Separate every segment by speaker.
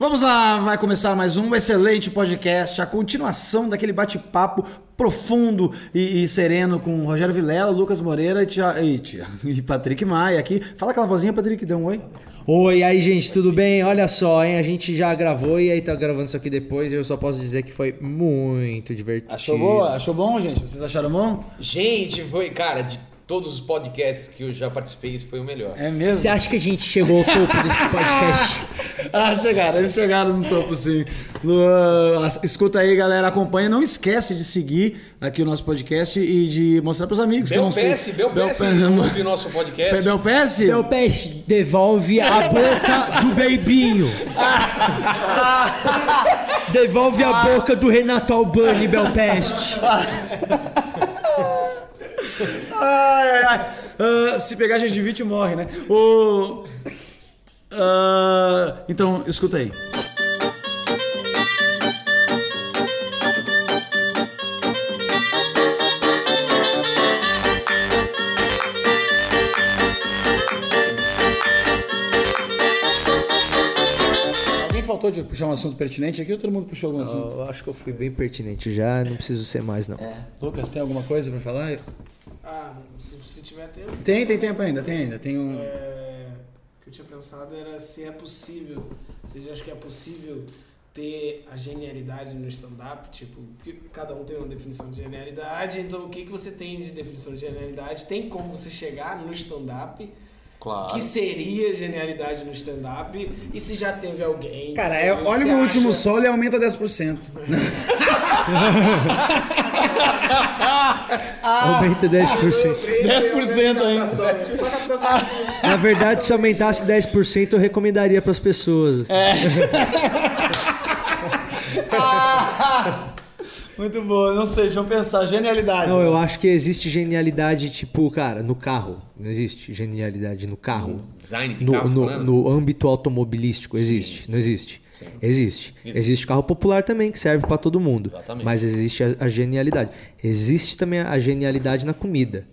Speaker 1: Vamos lá, vai começar mais um excelente podcast, a continuação daquele bate-papo profundo e, e sereno com Rogério Vilela, Lucas Moreira e, Tia- e Tia- e Patrick Maia aqui. Fala aquela vozinha, Patrick, dá um oi.
Speaker 2: Oi, aí gente, tudo bem? Olha só, hein? A gente já gravou e aí tá gravando isso aqui depois e eu só posso dizer que foi muito divertido.
Speaker 1: Achou bom, gente? Vocês acharam bom?
Speaker 3: Gente, foi, cara, de todos os podcasts que eu já participei, esse foi o melhor.
Speaker 1: É mesmo?
Speaker 2: Você acha que a gente chegou ao topo desse podcast?
Speaker 1: Ah, chegaram, eles chegaram no topo, sim. Luan, as- escuta aí, galera, acompanha. Não esquece de seguir aqui o nosso podcast e de mostrar pros amigos. que eu
Speaker 3: Bel
Speaker 1: não sei.
Speaker 3: PS, Bel PS, ouve nosso podcast.
Speaker 1: Bel PS?
Speaker 2: Meu peixe, devolve a boca do Beibinho. Devolve a boca do Renato Albani, Belpeste.
Speaker 1: Ai, ai, ai. Ah, se pegar gengivite, morre, né? O... Ah, então, escuta aí. Alguém faltou de puxar um assunto pertinente aqui ou todo mundo puxou algum assunto?
Speaker 2: Eu acho que eu fui bem pertinente já, não preciso ser mais não.
Speaker 1: Ah, Lucas, tem alguma coisa pra falar?
Speaker 4: Ah, se, se tiver tempo.
Speaker 1: Tem, tem tempo ainda, tem ainda. Tem um...
Speaker 4: é, o que eu tinha pensado era se é possível. Vocês acham que é possível ter a genialidade no stand-up? Tipo, porque cada um tem uma definição de genialidade, então o que, que você tem de definição de genialidade? Tem como você chegar no stand-up?
Speaker 3: Claro.
Speaker 4: Que seria genialidade no stand-up? E se já teve alguém?
Speaker 1: Cara,
Speaker 4: se
Speaker 1: é-
Speaker 4: você
Speaker 1: olha o meu
Speaker 4: acha-
Speaker 1: último solo e aumenta 10%.
Speaker 2: Aumenta 10%.
Speaker 1: 10% ainda.
Speaker 4: Só adaptação.
Speaker 2: Na verdade, se aumentasse 10%, eu recomendaria pras pessoas. assim.
Speaker 1: Muito bom, não sei, deixa eu pensar. Genialidade.
Speaker 2: Não, eu acho que existe genialidade, tipo, cara, no carro. Não existe genialidade no carro.
Speaker 3: Design de
Speaker 2: No,
Speaker 3: carro,
Speaker 2: no-
Speaker 3: né?
Speaker 2: no âmbito automobilístico, existe. não existe? Existe. Existe carro popular também, que serve pra todo mundo.
Speaker 3: Exatamente.
Speaker 2: Mas existe a, a genialidade. Existe também a genialidade na comida.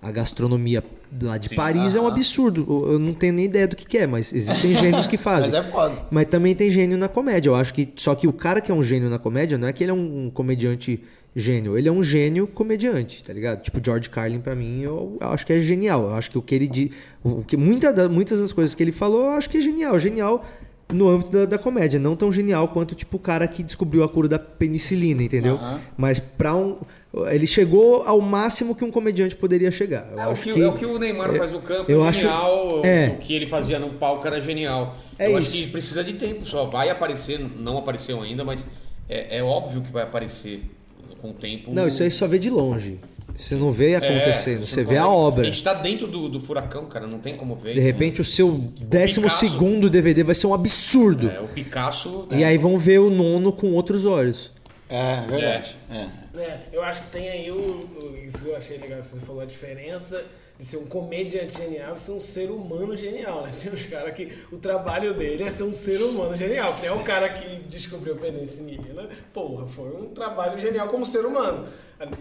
Speaker 2: A gastronomia lá de Paris é um absurdo. Eu eu não tenho nem ideia do que, que é, mas existem gênios que fazem.
Speaker 1: Mas é foda.
Speaker 2: Mas também tem gênio na comédia. Eu acho que. Só que o cara que é um gênio na comédia não é que ele é um, um comediante gênio. Ele é um gênio comediante, tá ligado? Tipo, George Carlin, pra mim, eu, eu acho que é genial. Eu acho que o que ele. di- O que, muita da- muitas das coisas que ele falou, eu acho que é genial. Genial no âmbito da, da comédia. Não tão genial quanto, tipo, o cara que descobriu a cura da penicilina, entendeu? Mas pra um. Ele chegou ao máximo que um comediante poderia chegar. Eu
Speaker 3: É o,
Speaker 2: acho
Speaker 3: que,
Speaker 2: que,
Speaker 3: é o que o Neymar faz no campo,
Speaker 2: eu
Speaker 3: é
Speaker 2: acho-
Speaker 3: genial.
Speaker 2: é.
Speaker 3: O que ele fazia no palco era genial.
Speaker 2: É isso.
Speaker 3: eu acho que precisa de tempo só. Vai aparecer, não apareceu ainda, mas é, é óbvio que vai aparecer com o tempo.
Speaker 2: Não, isso aí só vê de longe. Você não vê
Speaker 3: É,
Speaker 2: acontecendo, você
Speaker 3: não
Speaker 2: vê a
Speaker 3: consegue-
Speaker 2: obra.
Speaker 3: A gente tá dentro do, do furacão, cara, não tem como ver.
Speaker 2: De repente o seu décimo
Speaker 3: Picasso.
Speaker 2: segundo DVD vai ser um absurdo.
Speaker 3: É, o Picasso.
Speaker 2: E aí vão ver o nono com outros olhos.
Speaker 5: É, verdade. É.
Speaker 4: É, eu acho que tem aí o, o- Isso que eu achei legal, você falou a diferença de ser um comediante genial e ser um ser humano genial, né? Tem uns caras que o trabalho dele é ser um ser humano genial. Tem um cara que é descobriu a penicilina, né? porra, foi um trabalho genial como ser humano.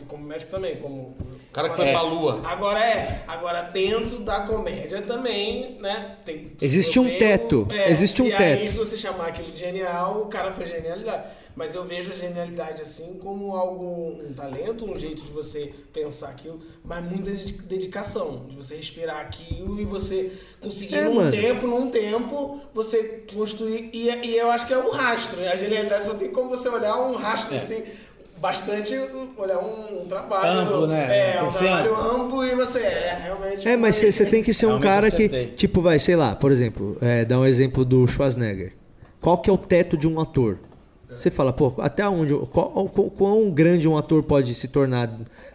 Speaker 4: Como médico também, como.
Speaker 3: O cara que foi pra lua.
Speaker 4: Agora é, agora dentro da comédia também, né? Tem,
Speaker 2: Existe um
Speaker 4: eu
Speaker 2: teto, existe um
Speaker 4: e aí,
Speaker 2: teto.
Speaker 4: se você chamar aquilo de genial, o cara foi genialidade. Mas eu vejo a genialidade assim como algo, um talento, um jeito de você pensar aquilo, mas muita de- dedicação, de você respirar aquilo e você conseguir
Speaker 2: É,
Speaker 4: num
Speaker 2: mano.
Speaker 4: tempo, num tempo, você construir. E, e eu acho que é um rastro. A genialidade só tem como você olhar um
Speaker 5: É.
Speaker 4: rastro assim. Bastante olhar um, um trabalho.
Speaker 5: Amplo, né?
Speaker 4: É,
Speaker 5: Tem
Speaker 4: um
Speaker 5: que ser
Speaker 4: trabalho amplo e você é realmente.
Speaker 2: É, mas você tem que ser um
Speaker 5: Realmente
Speaker 2: cara que,
Speaker 5: acertei.
Speaker 2: tipo, vai, sei lá, por exemplo, é, dá um exemplo do Schwarzenegger. Qual que é o teto de um ator? Você fala, pô, até onde, qual, qual- quão grande um ator pode se tornar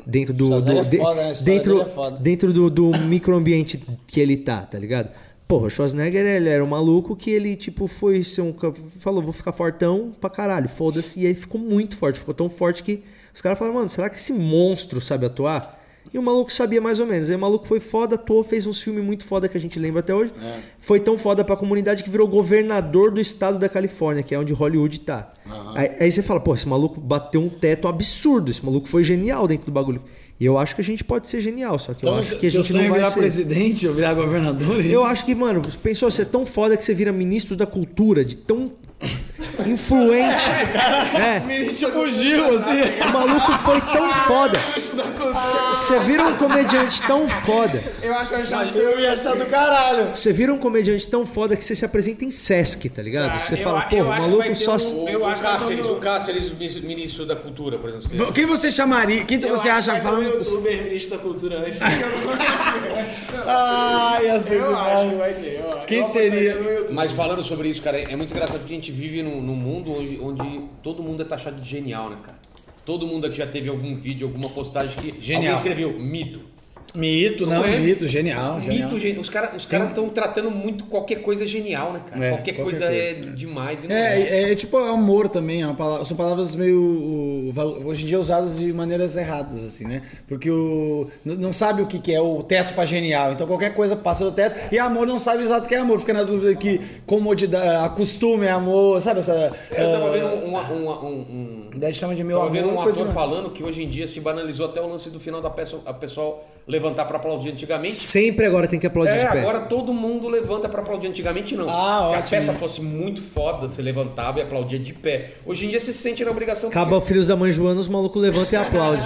Speaker 2: dentro do, do
Speaker 5: Schwarzenegger é
Speaker 2: de-
Speaker 5: foda, né? A história
Speaker 2: dentro,
Speaker 5: dele é foda.
Speaker 2: dentro do, do microambiente que ele tá, tá ligado? Porra, o Schwarzenegger, ele era um maluco que ele, tipo, foi ser um... ca- Falou, vou ficar fortão pra caralho, foda-se. E ele ficou muito forte, ficou tão forte que os caras falaram, mano, será que esse monstro sabe atuar? E o maluco sabia mais ou menos. Aí o maluco foi foda, atuou, fez uns filmes muito foda que a gente lembra até hoje.
Speaker 5: É.
Speaker 2: Foi tão foda pra comunidade que virou governador do estado da Califórnia, que é onde Hollywood tá. Aí, aí você fala, pô, esse maluco bateu um teto absurdo, esse maluco foi genial dentro do bagulho. E eu acho que a gente pode ser genial, só que eu acho que a
Speaker 5: teu
Speaker 2: gente
Speaker 5: sonho é
Speaker 2: não vai
Speaker 5: virar
Speaker 2: ser.
Speaker 5: presidente, eu virar governador? é isso?
Speaker 2: Eu acho que, mano, pensou, você é tão foda que você vira ministro da cultura, de tão influente. É.
Speaker 4: Me
Speaker 5: Tipo o Gil, assim.
Speaker 2: O maluco foi tão foda.
Speaker 4: isso não aconteceu.
Speaker 2: Você vira um comediante tão foda.
Speaker 4: Eu acho que eu já sei.
Speaker 5: Eu ia achar do caralho.
Speaker 2: Você vira um comediante tão foda que você se apresenta em Sesc, tá ligado? Você
Speaker 4: eu-
Speaker 2: fala,
Speaker 4: eu
Speaker 2: pô, o
Speaker 4: acho que vai
Speaker 2: maluco
Speaker 4: ter
Speaker 2: só.
Speaker 4: um-
Speaker 3: O,
Speaker 4: Eu
Speaker 3: o
Speaker 4: acho que
Speaker 3: Cássio,
Speaker 4: eu
Speaker 3: eles-
Speaker 4: tô no-
Speaker 3: o Cássio, eles, mis- ministro da cultura, por exemplo. seria.
Speaker 1: Quem você chamaria? Quem
Speaker 4: Eu
Speaker 1: Então você
Speaker 4: acho
Speaker 1: acha
Speaker 5: é
Speaker 4: que vai ter um
Speaker 1: falando.
Speaker 4: youtuber ministro da cultura antes.
Speaker 5: Ai, ia ser do
Speaker 4: Eu acho que
Speaker 5: caralho.
Speaker 4: vai ter. ó.
Speaker 5: Quem
Speaker 4: Eu apostaria
Speaker 5: seria?
Speaker 4: no youtuber.
Speaker 3: Mas falando sobre isso, cara, é muito engraçado porque a gente vive num, num mundo onde, onde todo mundo é taxado de genial, né, cara? Todo mundo aqui já teve algum vídeo, alguma postagem que
Speaker 5: Genial.
Speaker 3: alguém escreveu mito.
Speaker 5: Mito, não,
Speaker 3: Não é?
Speaker 5: mito,
Speaker 1: Ah,
Speaker 5: genial. genial.
Speaker 3: Mito, gen- os caras os caras estão tratando muito qualquer coisa é genial, né, cara?
Speaker 5: É,
Speaker 3: qualquer,
Speaker 5: qualquer
Speaker 3: coisa, é
Speaker 5: coisa,
Speaker 3: demais. e não
Speaker 1: É, é, é tipo amor também, é uma palavra- são palavras meio o, val- hoje em dia usadas de maneiras erradas assim, né? Porque o n- não sabe o que, que é o teto pra genial, então qualquer coisa passa do teto e amor não sabe exato o que é amor, fica na dúvida que comodidade, costume é amor, sabe essa?
Speaker 3: Eu tava
Speaker 1: ah,
Speaker 3: vendo um, um, um, um-
Speaker 1: daí chama de meu
Speaker 3: tava
Speaker 1: amor.
Speaker 3: vendo um
Speaker 1: coisa
Speaker 3: ator
Speaker 1: que-
Speaker 3: falando que hoje em dia se banalizou até o lance do final da peça, a pessoal levantar pra aplaudir antigamente.
Speaker 2: Sempre agora tem que aplaudir
Speaker 3: É,
Speaker 2: de pé.
Speaker 3: agora todo mundo levanta pra aplaudir. Antigamente não.
Speaker 1: Ah,
Speaker 3: se
Speaker 1: ótimo.
Speaker 3: a peça fosse muito foda, você levantava e aplaudia de pé. Hoje em dia você se sente na obrigação.
Speaker 2: Acaba o Filhos da Mãe Joana, os malucos levantam e aplaudem.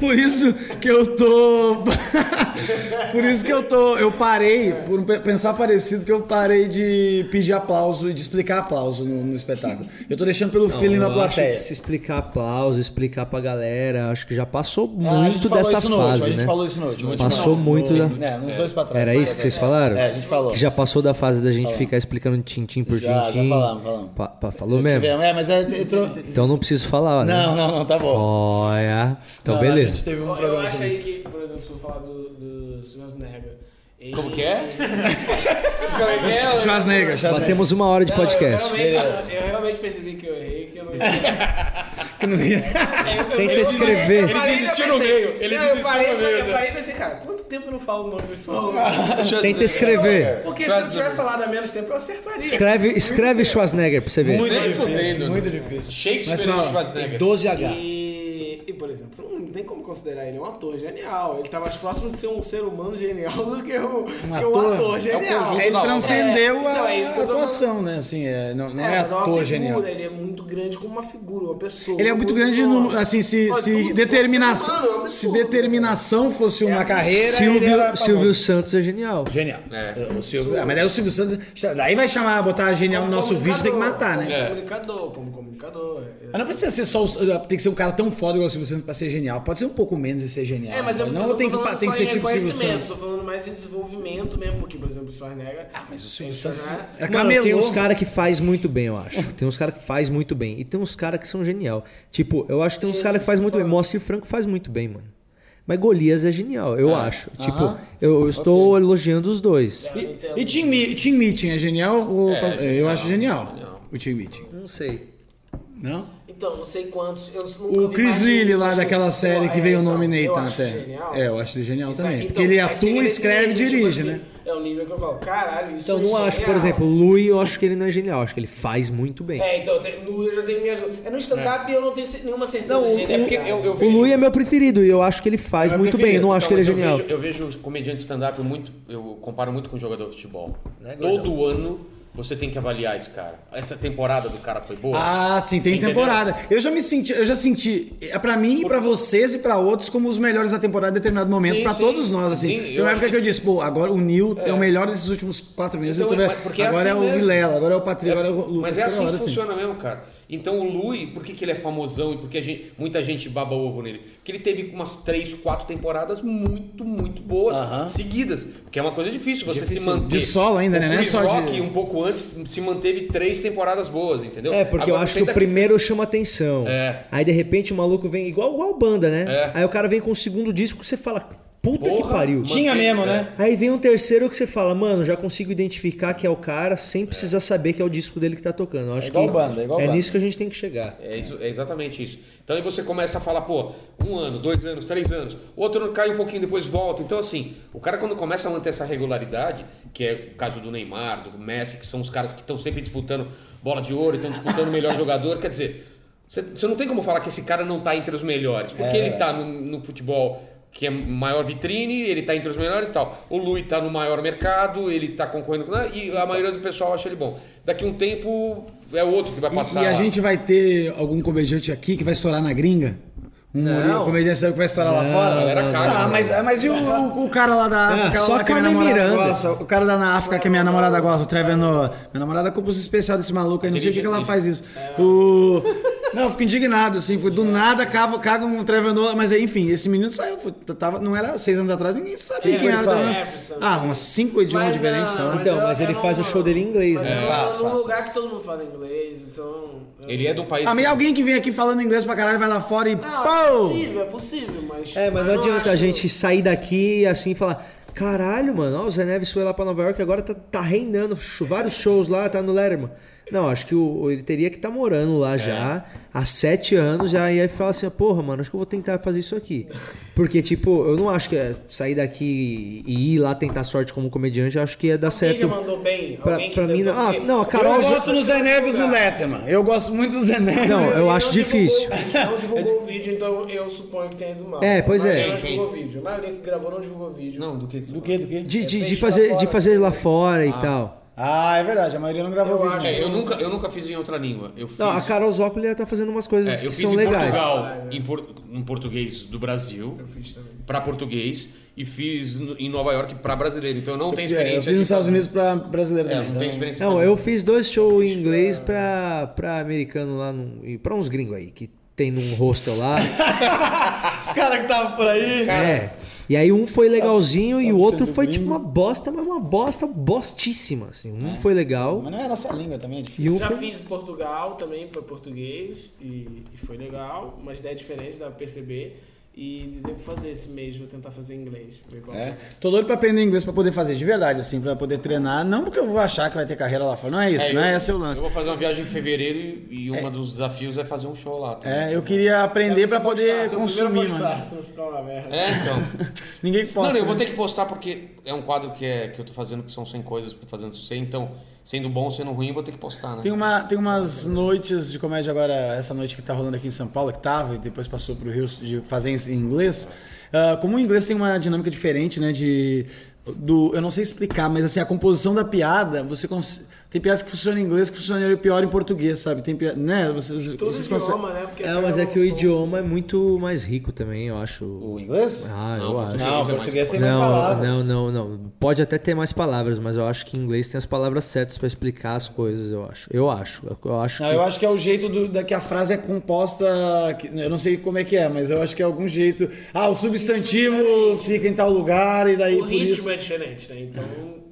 Speaker 1: Por isso que eu tô. por isso que eu tô. Eu parei, por um pe- pensar parecido, que eu parei de pedir aplauso e de explicar aplauso no, no espetáculo. Eu tô deixando pelo feeling
Speaker 2: Eu
Speaker 1: da
Speaker 2: acho que
Speaker 1: plateia.
Speaker 2: Se explicar pausa, explicar pra galera, acho que já passou
Speaker 1: Ah, a gente
Speaker 2: muito
Speaker 1: falou
Speaker 2: dessa
Speaker 1: isso no último,
Speaker 2: fase,
Speaker 1: A gente
Speaker 2: né?
Speaker 1: falou isso no último.
Speaker 2: Passou
Speaker 1: No-
Speaker 2: muito
Speaker 1: no-
Speaker 2: da-
Speaker 1: É, uns dois pra trás.
Speaker 2: Era isso que vocês falaram?
Speaker 1: É, a gente falou.
Speaker 2: Que já passou da fase da gente ficar explicando tintim por
Speaker 1: Já, já
Speaker 2: tintim.
Speaker 1: falamos, falamos.
Speaker 2: Pa- pa- falou mesmo?
Speaker 1: Tivemos, É, mas é, entrou...
Speaker 2: Então não preciso falar, né?
Speaker 1: Não, não, não, tá bom.
Speaker 2: Olha. Então,
Speaker 1: Não, A
Speaker 2: beleza.
Speaker 1: gente teve um
Speaker 4: Eu
Speaker 1: programa
Speaker 4: acho
Speaker 1: sobre-
Speaker 4: aí que, por exemplo, se eu falar do, do Schwarzenegger. ele-
Speaker 3: Como que é?
Speaker 1: Schwarzenegger, Schwarzenegger.
Speaker 2: Batemos uma hora de
Speaker 4: Não,
Speaker 2: podcast.
Speaker 4: Eu realmente, eu realmente percebi que eu errei, que eu não. Eu- eu-
Speaker 2: Tenta
Speaker 4: eu- eu-
Speaker 2: escrever.
Speaker 4: eu parei,
Speaker 3: Ele desistiu
Speaker 4: eu pensei-
Speaker 3: no meio, ele
Speaker 4: não, eu
Speaker 3: desistiu
Speaker 4: parei,
Speaker 3: no meio,
Speaker 4: Eu
Speaker 3: né?
Speaker 4: parei e pensei, cara, quanto tempo eu não falo o nome desse maluco?
Speaker 2: Tenta escrever.
Speaker 4: Porque se eu tivesse falado há menos tempo, eu acertaria.
Speaker 2: Escreve, escreve Schwarzenegger pra você ver.
Speaker 3: Nem
Speaker 5: difícil,
Speaker 3: fudendo.
Speaker 5: muito difícil.
Speaker 3: Shakespeare
Speaker 5: Mas,
Speaker 3: e
Speaker 5: ó,
Speaker 3: Schwarzenegger.
Speaker 2: 12H.
Speaker 4: E, e, por exemplo, não tem como considerar ele um ator genial. Ele tá mais próximo de ser um ser humano genial do que um, que um ator,
Speaker 1: ator.
Speaker 4: genial.
Speaker 3: conjunto
Speaker 4: É,
Speaker 1: Ele
Speaker 3: da obra.
Speaker 1: transcendeu
Speaker 4: É, então
Speaker 1: a
Speaker 4: é isso que eu tô
Speaker 1: atuação, né? Assim, é, não, não é,
Speaker 4: mas uma
Speaker 1: ator
Speaker 4: figura,
Speaker 1: genial.
Speaker 4: Ele é muito grande como uma figura, uma pessoa.
Speaker 1: Ele é muito grande,
Speaker 4: enorme.
Speaker 1: no, assim, se,
Speaker 4: Pô,
Speaker 1: se
Speaker 4: tudo- tudo
Speaker 1: determinação,
Speaker 4: ser humano, é um
Speaker 1: se
Speaker 4: absurdo. É
Speaker 1: determinação fosse uma carreira, ele era
Speaker 2: Silvio,
Speaker 1: famoso.
Speaker 2: Silvio Santos é genial.
Speaker 1: Genial.
Speaker 3: É.
Speaker 1: O Silvio, ah, mas daí o Silvio Santos, daí vai chamar, botar genial
Speaker 4: É um
Speaker 1: no É nosso vídeo, tem que matar, né?
Speaker 4: Como comunicador, como comunicador. é.
Speaker 1: Mas Ah, não precisa ser só, o- tem que ser um cara tão foda igual o Silvio Santos pra ser genial. Pode ser um pouco menos e ser genial. né?
Speaker 4: É, mas eu, eu
Speaker 1: não
Speaker 4: não
Speaker 1: tem que,
Speaker 4: tô falando
Speaker 1: pa- tem que
Speaker 4: só
Speaker 1: ser
Speaker 4: em
Speaker 1: tipo o Silvio
Speaker 4: reconhecimento,
Speaker 1: Santos.
Speaker 4: Tô falando mais em desenvolvimento mesmo, porque, por exemplo, o Schwarzenegger... Ah,
Speaker 1: Mas o Silvio Santos
Speaker 3: É
Speaker 1: era
Speaker 2: Mano, tem
Speaker 1: camelô.
Speaker 2: uns caras que faz muito bem, eu acho. Tem uns caras que faz muito bem. E tem uns caras que são genial. Tipo, eu acho que tem uns caras que faz muito bem. Moacir Franco faz muito bem, mano. Mas Golias é genial, eu
Speaker 3: Ah,
Speaker 2: acho. Tipo, eu, eu estou elogiando os dois.
Speaker 1: é- E, e team, Me- Team Meeting é genial? Ou- eu acho genial, o Team Meeting.
Speaker 2: Não sei.
Speaker 1: Não?
Speaker 4: Então, não sei quantos... Eu nunca
Speaker 1: O
Speaker 4: vi
Speaker 1: Chris
Speaker 4: mais de- um
Speaker 1: Lilly lá daquela
Speaker 4: Eu-
Speaker 3: tipo,
Speaker 1: série que
Speaker 4: é,
Speaker 1: veio o
Speaker 4: então,
Speaker 1: nome
Speaker 4: eu
Speaker 1: Nathan
Speaker 4: acho
Speaker 1: até.
Speaker 4: genial.
Speaker 1: É, eu acho ele genial
Speaker 4: Isso aí,
Speaker 1: também.
Speaker 4: então,
Speaker 1: porque ele
Speaker 4: aí
Speaker 3: assim
Speaker 4: chega
Speaker 1: atua,
Speaker 4: nesse
Speaker 1: escreve e
Speaker 4: nível, tipo
Speaker 1: dirige,
Speaker 4: assim,
Speaker 1: né?
Speaker 4: É um nível que eu falo, caralho, isso
Speaker 2: Então
Speaker 4: é
Speaker 2: não acho, por
Speaker 4: genial.
Speaker 2: exemplo, o Lui, eu acho que ele não é genial. eu Acho que ele faz muito bem.
Speaker 4: É, então, eu tenho- no- eu já tenho minhas... É no stand-up eu não tenho ce- nenhuma certeza
Speaker 3: Não,
Speaker 4: de
Speaker 3: o- é
Speaker 4: genialidade.
Speaker 3: porque eu, eu
Speaker 2: O
Speaker 3: vejo...
Speaker 2: Lui é meu preferido e eu acho que ele faz
Speaker 3: é meu
Speaker 2: muito bem. Eu
Speaker 3: preferido,
Speaker 2: não acho
Speaker 3: então,
Speaker 2: que ele é
Speaker 3: mas eu
Speaker 2: genial.
Speaker 3: vejo- Eu vejo os comediantes stand-up muito... Eu comparo muito com jogador de futebol.
Speaker 2: Né,
Speaker 3: Todo ano você tem que avaliar esse cara. Essa temporada do cara foi boa?
Speaker 1: Ah, sim, tem
Speaker 3: Entendeu?
Speaker 1: temporada. Eu já me senti, eu já senti, é, pra mim, pra vocês e pra outros, como os melhores da temporada em determinado momento,
Speaker 3: Sim,
Speaker 1: pra
Speaker 3: sim.
Speaker 1: todos nós, assim.
Speaker 3: Sim,
Speaker 1: Tem
Speaker 3: eu
Speaker 1: uma
Speaker 3: acho
Speaker 1: época que...
Speaker 3: que-
Speaker 1: eu disse, pô, agora o Nil é, o melhor desses últimos quatro meses.
Speaker 3: Então,
Speaker 1: eu tô-
Speaker 3: mas- porque é
Speaker 1: agora é,
Speaker 3: assim
Speaker 1: o
Speaker 3: mesmo.
Speaker 1: Vilela, agora é o Patrick,
Speaker 3: É,
Speaker 1: agora é o Lucas.
Speaker 3: mas é assim
Speaker 1: agora,
Speaker 3: que funciona mesmo, cara. Então o Lui, por que, que ele é famosão e por que a gente- muita gente baba ovo nele? Porque ele teve umas três, quatro temporadas muito, muito boas,
Speaker 1: Aham.
Speaker 3: seguidas. Porque é uma coisa difícil você se
Speaker 1: Difícil.
Speaker 3: manter.
Speaker 1: De solo ainda, né?
Speaker 3: O
Speaker 1: Não é
Speaker 3: Chris
Speaker 1: só de-
Speaker 3: Rock, um pouco antes, se manteve três temporadas boas, entendeu?
Speaker 2: É, porque eu
Speaker 3: Agora,
Speaker 2: acho que o
Speaker 3: tenta-
Speaker 2: primeiro chama atenção.
Speaker 3: É.
Speaker 2: Aí de repente o maluco vem igual, igual banda, né?
Speaker 3: É.
Speaker 2: Aí o cara vem com o segundo disco que você fala, puta que
Speaker 3: Porra,
Speaker 2: pariu.
Speaker 3: mano.
Speaker 1: Tinha
Speaker 3: Mantém,
Speaker 1: mesmo,
Speaker 3: é.
Speaker 1: né?
Speaker 2: Aí vem um terceiro que você fala, mano, já consigo identificar que é o cara sem precisar saber que é o disco dele que tá tocando. Eu acho
Speaker 1: igual
Speaker 2: que
Speaker 1: banda, é igual
Speaker 2: é
Speaker 1: banda.
Speaker 2: nisso que a gente tem que chegar.
Speaker 3: É, isso- é exatamente isso. Então aí você começa a falar, pô, um ano, dois anos, três anos, outro ano cai um pouquinho, depois volta. Então, assim, o cara quando começa a manter essa regularidade, que é o caso do Neymar, do Messi, que são os caras que estão sempre disputando bola de ouro, estão disputando o melhor jogador, quer
Speaker 1: É.
Speaker 3: dizer, você- você não tem como falar que esse cara não tá entre os melhores, porque ele tá no, no futebol que é maior vitrine, ele tá entre os melhores e tal. O Lui tá no maior mercado, ele tá concorrendo com. E a maioria do pessoal acha ele bom. Daqui um tempo é outro que vai passar.
Speaker 1: E, e a
Speaker 3: lá.
Speaker 1: gente vai ter algum comediante aqui que vai estourar na gringa? Um
Speaker 4: Não.
Speaker 1: comediante que vai estourar lá fora?
Speaker 3: Era caro.
Speaker 1: Ah, mas, ah, mas e o, o- o cara lá da África?
Speaker 2: só
Speaker 1: lá que minha
Speaker 2: Carmen
Speaker 1: namorada
Speaker 2: Miranda.
Speaker 1: gosta, o cara lá na África que minha namorada gosta, o Trevenor. Minha namorada compôs especial desse maluco aí, não sei o que que ela faz isso. O... Não, eu fico indignado, assim, foi do nada cago, cago um Trevenor, mas aí, enfim, esse menino saiu, foi- tava, não era seis anos atrás, ninguém sabia
Speaker 4: É,
Speaker 1: quem era o
Speaker 4: foi
Speaker 1: Trevenor.
Speaker 4: Jeffers também.
Speaker 1: Ah, umas cinco idiomas
Speaker 4: Mas,
Speaker 1: diferentes, né?
Speaker 4: ah,
Speaker 1: sei lá.
Speaker 2: Então,
Speaker 4: eu-
Speaker 2: mas
Speaker 4: eu
Speaker 2: ele
Speaker 4: não-
Speaker 2: faz o show dele em inglês,
Speaker 4: mas
Speaker 2: né?
Speaker 4: eu
Speaker 2: Faz,
Speaker 4: moro
Speaker 2: faz,
Speaker 4: num lugar que todo mundo fala inglês, então. eu-
Speaker 3: Ele é do país.
Speaker 1: Ah, mas
Speaker 3: que-
Speaker 1: e alguém que vem aqui falando inglês pra caralho vai lá fora e.
Speaker 4: Ah, é
Speaker 1: pau!
Speaker 4: possível, é possível, mas.
Speaker 2: É, mas não adianta
Speaker 4: acho-
Speaker 2: a gente sair daqui e assim falar. Caralho, mano, ó, o Zé Neves foi lá pra Nova York, agora tá, tá reinando, sh- vários shows lá, tá no Letterman. Não, acho que o, o- ele teria que tá morando lá
Speaker 3: É.
Speaker 2: já, há sete anos já, e aí fala assim, porra, mano, acho que eu vou tentar fazer isso aqui. Porque, tipo, eu não acho que é sair daqui e ir lá tentar sorte como comediante, eu acho que ia dar
Speaker 4: Quem
Speaker 2: certo.
Speaker 4: já mandou bem?
Speaker 2: pra-
Speaker 4: Alguém que
Speaker 2: pra mim,
Speaker 4: tentou-
Speaker 2: não- ah,
Speaker 4: porque-
Speaker 2: não, a Carol
Speaker 5: Eu
Speaker 2: já-
Speaker 5: gosto do Zé Neves e o Letterman. Eu gosto muito do Zé Neves.
Speaker 2: Não,
Speaker 4: Ele
Speaker 2: eu acho
Speaker 4: divulgou
Speaker 2: difícil.
Speaker 4: o vídeo, Não divulgou o vídeo, então eu suponho que tenha ido mal.
Speaker 2: É, pois
Speaker 4: A maioria
Speaker 2: é.
Speaker 4: Não
Speaker 3: Quem,
Speaker 4: divulgou o vídeo. A maioria que gravou não divulgou o vídeo.
Speaker 3: Não, do que?
Speaker 5: Do que, do que?
Speaker 2: De, de, de,
Speaker 4: é fez lá
Speaker 2: fazer, de
Speaker 4: fora. Ah.
Speaker 2: fazer lá fora e tal.
Speaker 5: Ah, é verdade. A maioria não gravou
Speaker 4: Eu
Speaker 5: vídeo.
Speaker 4: acho.
Speaker 1: né?
Speaker 3: É, eu nunca, eu nunca fiz em outra língua. Eu fiz,
Speaker 2: Não, a Carol Zócoli, ela tá fazendo umas coisas
Speaker 3: é,
Speaker 2: que
Speaker 3: eu fiz
Speaker 2: são
Speaker 3: em
Speaker 2: legais.
Speaker 3: Portugal, em, por- em português do Brasil, pra português, e fiz no- em Nova York pra brasileiro. Então eu não tenho
Speaker 1: É,
Speaker 3: experiência.
Speaker 1: eu fiz nos
Speaker 3: de-
Speaker 1: Estados Unidos pra brasileiro
Speaker 3: É, eu
Speaker 1: também.
Speaker 3: não
Speaker 1: então-
Speaker 3: tenho experiência. de
Speaker 2: Não,
Speaker 3: fazer.
Speaker 2: eu fiz dois shows em inglês pra, pra americano lá, num, e pra uns gringos aí, que tem num hostel lá.
Speaker 5: Os caras que estavam por aí.
Speaker 2: é. E aí um foi legalzinho e o
Speaker 5: tá
Speaker 2: outro
Speaker 5: sendo
Speaker 2: foi
Speaker 5: gringo.
Speaker 2: tipo uma bosta, mas uma bosta bostíssima, assim. Um foi legal
Speaker 5: Mas não é nossa língua também, é difícil.
Speaker 2: e um
Speaker 4: Já
Speaker 2: foi...
Speaker 4: fiz em Portugal também, para português, e, e foi legal. Uma ideia diferente, dá pra perceber. E devo fazer esse mês, vou tentar fazer em inglês. ver qual
Speaker 1: É.
Speaker 4: que
Speaker 1: Tô doido pra aprender inglês pra poder fazer de verdade, assim, pra poder treinar. Não porque eu vou achar que vai ter carreira lá fora. Não é isso, não é
Speaker 3: eu-
Speaker 1: esse o lance.
Speaker 3: Eu vou fazer uma viagem em fevereiro e, e um dos desafios é fazer um show lá. também.
Speaker 1: É, eu queria aprender pra
Speaker 4: Ah,
Speaker 1: poder
Speaker 4: sou o primeiro a
Speaker 1: consumir,
Speaker 4: postar,
Speaker 1: mano.
Speaker 4: se não ficar uma merda.
Speaker 3: É, então.
Speaker 1: Ninguém que possa.
Speaker 3: não, eu vou
Speaker 1: né?
Speaker 3: ter que postar porque é um quadro que, é, que eu tô fazendo que são 100 coisas pra fazendo 100. Então, sendo bom, sendo ruim, eu vou ter que postar, né?
Speaker 1: Tem, uma, tem umas noites de comédia agora, essa noite que tá rolando aqui em São Paulo, que tava e depois passou pro Rio de fazer em inglês. Ah, como o inglês tem uma dinâmica diferente, né? De. Do, eu não sei explicar, mas assim, a composição da piada, você cons- Tem piadas que funcionam em inglês que funcionam pior em português, sabe? Tem piada. Né? Vocês,
Speaker 4: Todo
Speaker 1: vocês
Speaker 4: idioma,
Speaker 1: conseguem-
Speaker 4: né? Porque
Speaker 2: É,
Speaker 4: até
Speaker 2: mas é
Speaker 4: eu
Speaker 2: que o
Speaker 4: sou-
Speaker 2: idioma é muito mais rico também, eu acho.
Speaker 5: O inglês?
Speaker 2: Ah,
Speaker 3: Não,
Speaker 2: eu acho. é
Speaker 3: português.
Speaker 5: Não,
Speaker 3: Sim,
Speaker 5: o português tem mais
Speaker 2: Não,
Speaker 5: palavras.
Speaker 2: não, não, não. Pode até ter mais palavras, mas eu acho que em inglês tem as palavras certas pra explicar as coisas, eu acho. Eu acho. Eu, eu acho
Speaker 1: Não,
Speaker 2: que-
Speaker 1: eu acho que é o jeito do, da que a frase é composta. que- eu não sei como é que é, mas eu acho que é algum jeito. Ah, o substantivo fica em tal lugar e daí
Speaker 4: O
Speaker 1: por
Speaker 4: ritmo
Speaker 1: isso.
Speaker 4: é diferente, né? Então,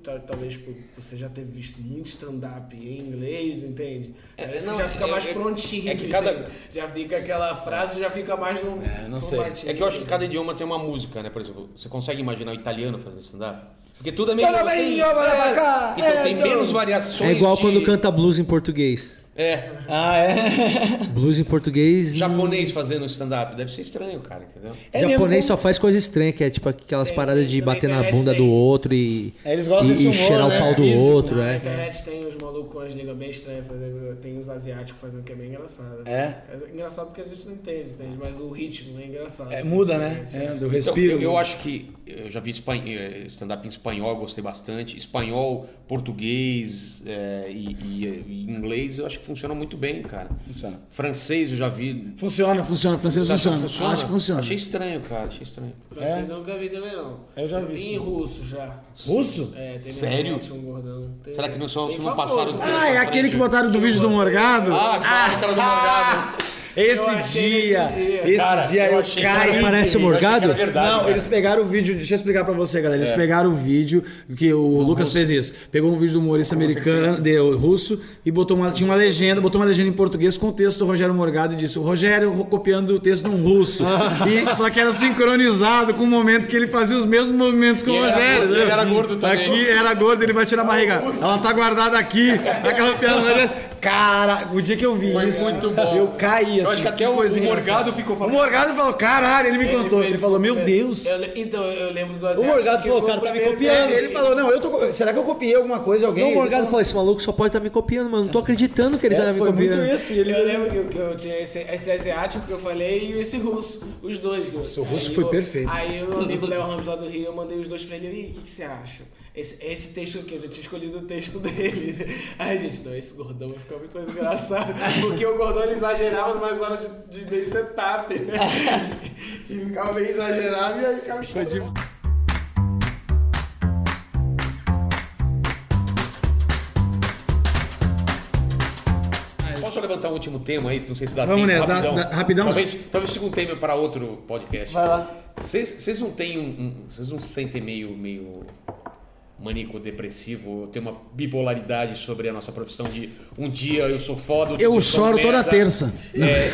Speaker 4: ta- talvez por você já ter visto muito stand-up em inglês, entende?
Speaker 3: É,
Speaker 4: Aí você
Speaker 3: não,
Speaker 4: já fica
Speaker 3: é-
Speaker 4: mais
Speaker 3: é-
Speaker 4: prontinho.
Speaker 3: é que cada-
Speaker 4: entende? Já fica aquela frase, já fica mais no. É,
Speaker 5: não sei.
Speaker 1: um-
Speaker 3: É que eu acho que cada idioma tem uma música, né? Por exemplo, você consegue imaginar o italiano fazendo stand-up? Porque tudo é meio.
Speaker 1: Fala bem,
Speaker 3: tem-
Speaker 1: ó, vai lá pra cá.
Speaker 3: Então
Speaker 1: É,
Speaker 3: tem
Speaker 1: então-
Speaker 3: menos variações.
Speaker 2: É igual
Speaker 3: de-
Speaker 2: quando canta blues em português.
Speaker 3: É,
Speaker 5: Ah, é?
Speaker 2: Blues em português.
Speaker 3: japonês fazendo stand-up. Deve ser estranho, cara, entendeu?
Speaker 5: É mesmo
Speaker 2: japonês
Speaker 1: né?
Speaker 5: como-
Speaker 2: só faz coisa estranha, que é tipo aquelas
Speaker 4: Tem,
Speaker 2: paradas
Speaker 4: tem,
Speaker 2: de
Speaker 4: também
Speaker 2: bater na
Speaker 4: internet
Speaker 2: bunda
Speaker 4: tem.
Speaker 2: do outro e,
Speaker 5: É, eles gostam
Speaker 2: e-
Speaker 5: desse
Speaker 2: e
Speaker 5: humor,
Speaker 2: cheirar
Speaker 5: né?
Speaker 2: o pau do
Speaker 5: Físico,
Speaker 2: outro,
Speaker 4: Na
Speaker 2: né?
Speaker 4: internet tem os malucos com as ligas bem estranhas, fazendo, tem os asiáticos fazendo que é bem engraçado. assim.
Speaker 5: É?
Speaker 4: engraçado porque a gente não entende, entende? Mas o ritmo é engraçado.
Speaker 5: É,
Speaker 4: assim,
Speaker 5: muda, né?
Speaker 4: diferente,
Speaker 5: É, do
Speaker 3: Então,
Speaker 5: respiro.
Speaker 3: eu, eu
Speaker 1: um-
Speaker 3: acho que eu já vi espan- eh, stand-up em espanhol, gostei bastante. Espanhol, português eh, e, e, eh, e inglês, eu acho que funciona muito bem, cara.
Speaker 5: Funciona.
Speaker 3: Francês eu já vi.
Speaker 1: Funciona, funciona, o francês
Speaker 3: Você acha que
Speaker 1: funciona. Acho que funciona.
Speaker 3: Achei estranho, cara. Achei estranho.
Speaker 4: Francês eu nunca vi também, não.
Speaker 5: É? Eu já vi,
Speaker 4: Vi
Speaker 5: sim.
Speaker 4: em russo já.
Speaker 5: Russo?
Speaker 4: É, tem
Speaker 3: Sério?
Speaker 4: um um gordão. Tem-
Speaker 3: Será que não são-
Speaker 4: bem
Speaker 3: se não
Speaker 4: famoso,
Speaker 3: passaram
Speaker 4: né?
Speaker 3: do
Speaker 1: Ah, é aquele que botaram do vídeo do Morgado?
Speaker 3: Ah, ah cara do Morgado.
Speaker 1: Esse
Speaker 4: eu achei
Speaker 1: dia,
Speaker 4: nesse dia.
Speaker 1: esse
Speaker 5: Cara,
Speaker 1: dia
Speaker 5: eu
Speaker 1: eu,
Speaker 5: achei-
Speaker 1: caí.
Speaker 2: Cara, parece
Speaker 1: de-
Speaker 2: o Morgado?
Speaker 3: Eu achei que era verdade,
Speaker 1: Não,
Speaker 3: cara.
Speaker 1: eles pegaram o vídeo. Deixa eu explicar pra você, galera. Eles pegaram o vídeo que o Lucas fez isso. Pegou um vídeo do humorista americano, de, russo, e botou uma, tinha uma legenda, botou uma legenda em português com o texto do Rogério Morgado e disse: o Rogério ro- copiando o texto de um russo. E- só que era sincronizado com o momento que ele fazia os mesmos movimentos que o
Speaker 3: E era
Speaker 1: Rogério.
Speaker 3: gordo,
Speaker 1: né?
Speaker 3: ele era gordo também.
Speaker 1: Aqui era gordo, ele batia na barriga. Ela tá guardada aqui. Aquela piada. Cara, o dia que eu vi
Speaker 3: Foi
Speaker 1: isso,
Speaker 3: muito bom.
Speaker 1: eu caí assim.
Speaker 3: Eu acho que até o,
Speaker 1: coisa
Speaker 3: o Morgado
Speaker 1: engraçada.
Speaker 3: ficou
Speaker 1: O
Speaker 3: falando.
Speaker 1: Morgado falou, caralho, ele me contou. Ele, falou, meu
Speaker 4: é,
Speaker 1: Deus.
Speaker 4: eu le- então, eu lembro do
Speaker 5: O
Speaker 4: Asiático.
Speaker 5: Morgado
Speaker 4: que é,
Speaker 5: falou,
Speaker 4: foi
Speaker 5: cara, tá me
Speaker 4: primeiro
Speaker 5: copiando.
Speaker 4: cara
Speaker 1: Ele falou, não, eu tô. co- Será que eu copiei alguma coisa alguém?
Speaker 2: Então o
Speaker 1: Ele
Speaker 2: Morgado falou: esse maluco só
Speaker 1: tá
Speaker 2: pode estar me copiando, mano. Não tô acreditando que ele
Speaker 1: falou,
Speaker 2: tá
Speaker 1: é,
Speaker 2: me
Speaker 1: foi muito
Speaker 2: copiando.
Speaker 1: isso. e ele-
Speaker 4: Eu lembro que eu, que eu tinha esse, esse asiático que eu falei e esse russo, os dois. Nossa,
Speaker 1: o russo foi perfeito.
Speaker 4: Aí o amigo Léo Ramos lá do Rio, eu mandei os dois pra ele, e aí, o que, que você acha? Esse, esse texto aqui, eu já tinha escolhido o texto dele. Aí, gente, não, esse gordão vai ficar muito mais engraçado, porque o gordão ele exagerava numa hora de, de, de setup, né? E ficava meio exagerado e aí ficava
Speaker 1: é
Speaker 4: estranho.
Speaker 3: Posso levantar um último tema aí? Não sei se dá
Speaker 1: Vamos
Speaker 3: tempo.
Speaker 1: nessa, dá- rapidão dá.
Speaker 3: Talvez, talvez fique um tema para outro podcast.
Speaker 5: Vai lá.
Speaker 3: Vocês vocês não têm um, um- Vocês não se sentem meio, meio maníaco depressivo? Tem uma bipolaridade sobre a nossa profissão de um dia eu sou foda. outro
Speaker 1: Eu
Speaker 3: dia eu sou
Speaker 1: choro
Speaker 3: merda.
Speaker 1: toda terça.
Speaker 3: É,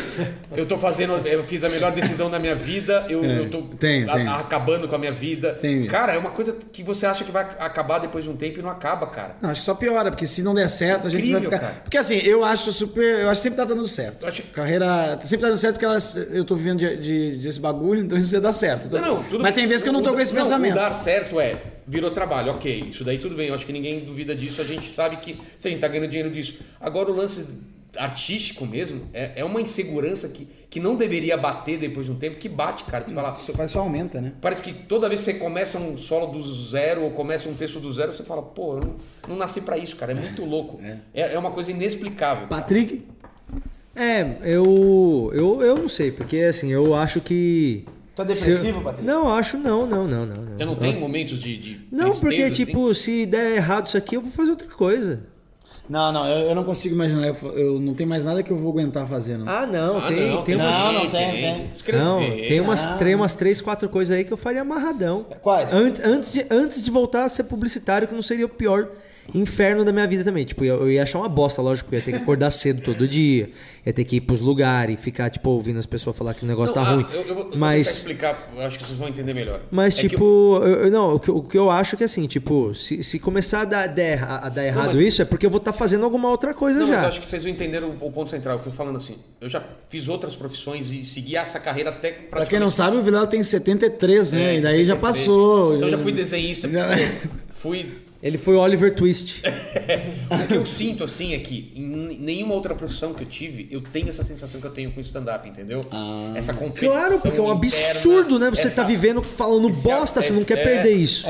Speaker 3: eu tô fazendo, eu fiz a melhor decisão da minha vida, eu,
Speaker 1: É,
Speaker 3: eu tô
Speaker 1: tem,
Speaker 3: a-
Speaker 1: tem.
Speaker 3: acabando com a minha vida.
Speaker 1: Tem isso.
Speaker 3: Cara, é uma coisa que você acha que vai acabar depois de um tempo e não acaba, cara.
Speaker 1: Não, acho que só piora, porque se não der certo, a gente
Speaker 3: Incrível,
Speaker 1: vai ficar.
Speaker 3: cara.
Speaker 1: Porque assim, eu acho super. Eu acho que sempre tá dando certo.
Speaker 3: Eu acho-
Speaker 1: Carreira. Sempre tá dando certo porque elas- eu tô vivendo de, de- desse bagulho, então isso ia dar certo.
Speaker 3: Não, não, tudo
Speaker 1: Mas
Speaker 3: bem.
Speaker 1: tem vezes que eu não tô
Speaker 3: O-
Speaker 1: com esse pensamento.
Speaker 3: O dar certo é, virou trabalho, ok. Isso daí tudo bem, eu acho que ninguém duvida disso, a gente sabe que se a gente tá ganhando dinheiro disso. Agora o lance artístico mesmo é, é uma insegurança que, que não deveria bater depois de um tempo, que bate, cara. Você fala,
Speaker 1: Isso parece só aumenta, né?
Speaker 3: Parece que toda vez que você começa um solo do zero ou começa um texto do zero, você fala, pô, eu não, não nasci pra isso, cara. É muito louco. É, é uma coisa inexplicável.
Speaker 1: Patrick?
Speaker 2: É, eu, eu. Eu não sei, porque assim, eu acho que.
Speaker 5: Tu é
Speaker 1: "Tá
Speaker 2: se eu-
Speaker 5: depressivo, Patrick?
Speaker 2: Não, acho não, não, não, não. não.
Speaker 3: Você não tem momentos de. de
Speaker 2: Não,
Speaker 3: tristeza,
Speaker 2: porque,
Speaker 3: assim?
Speaker 2: tipo, se der errado isso aqui, eu vou fazer outra coisa.
Speaker 1: Não, não, eu, eu não consigo imaginar. Eu, eu não tem mais nada que eu vou aguentar fazendo.
Speaker 2: Ah, não,
Speaker 3: Ah,
Speaker 2: tem, tem
Speaker 5: não.
Speaker 2: umas.
Speaker 5: tem, tem.
Speaker 3: Escrever. Ah. É,
Speaker 2: não, tem umas, três, umas três, quatro coisas aí que eu faria amarradão.
Speaker 5: Quais?
Speaker 2: Ant- antes, de, antes de voltar a ser publicitário, que não seria o pior inferno da minha vida também. Tipo, eu, eu ia achar uma bosta, lógico, porque eu ia ter que acordar cedo todo dia, ia ter que ir pros lugares, ficar, tipo, ouvindo as pessoas falar que o negócio
Speaker 3: Não,
Speaker 2: tá
Speaker 3: ah,
Speaker 2: ruim.
Speaker 3: Eu, eu vou eu vou
Speaker 2: mas.
Speaker 3: tentar explicar, eu acho que vocês vão entender melhor.
Speaker 2: Mas,
Speaker 3: É que eu-
Speaker 2: tipo, eu- eu- não, o que, eu- o que eu acho que assim, tipo, se, se começar a dar, der- a, a dar errado
Speaker 3: mas-
Speaker 2: isso, é porque eu vou estar fazendo alguma outra coisa
Speaker 3: Não,
Speaker 2: já.
Speaker 3: mas eu acho que vocês não entenderam o o ponto central. Que eu tô falando assim, eu já fiz outras profissões e segui essa carreira até
Speaker 1: Pra quem não
Speaker 3: praticamente-
Speaker 1: sabe, o Vilela tem 73, né?
Speaker 3: É,
Speaker 1: e daí já
Speaker 3: 73.
Speaker 1: passou.
Speaker 3: Então eu já fui desenhista.
Speaker 1: Já-
Speaker 3: Fui
Speaker 2: Ele foi o Oliver Twist.
Speaker 3: O que eu sinto, assim, é que em nenhuma outra profissão que eu tive, eu tenho essa sensação que eu tenho com o stand-up, entendeu? essa competição
Speaker 2: claro, porque é um
Speaker 3: interna,
Speaker 2: absurdo, né? Você
Speaker 3: essa-
Speaker 2: tá vivendo falando
Speaker 3: esse-
Speaker 2: bosta, você não quer
Speaker 3: é-
Speaker 2: perder isso.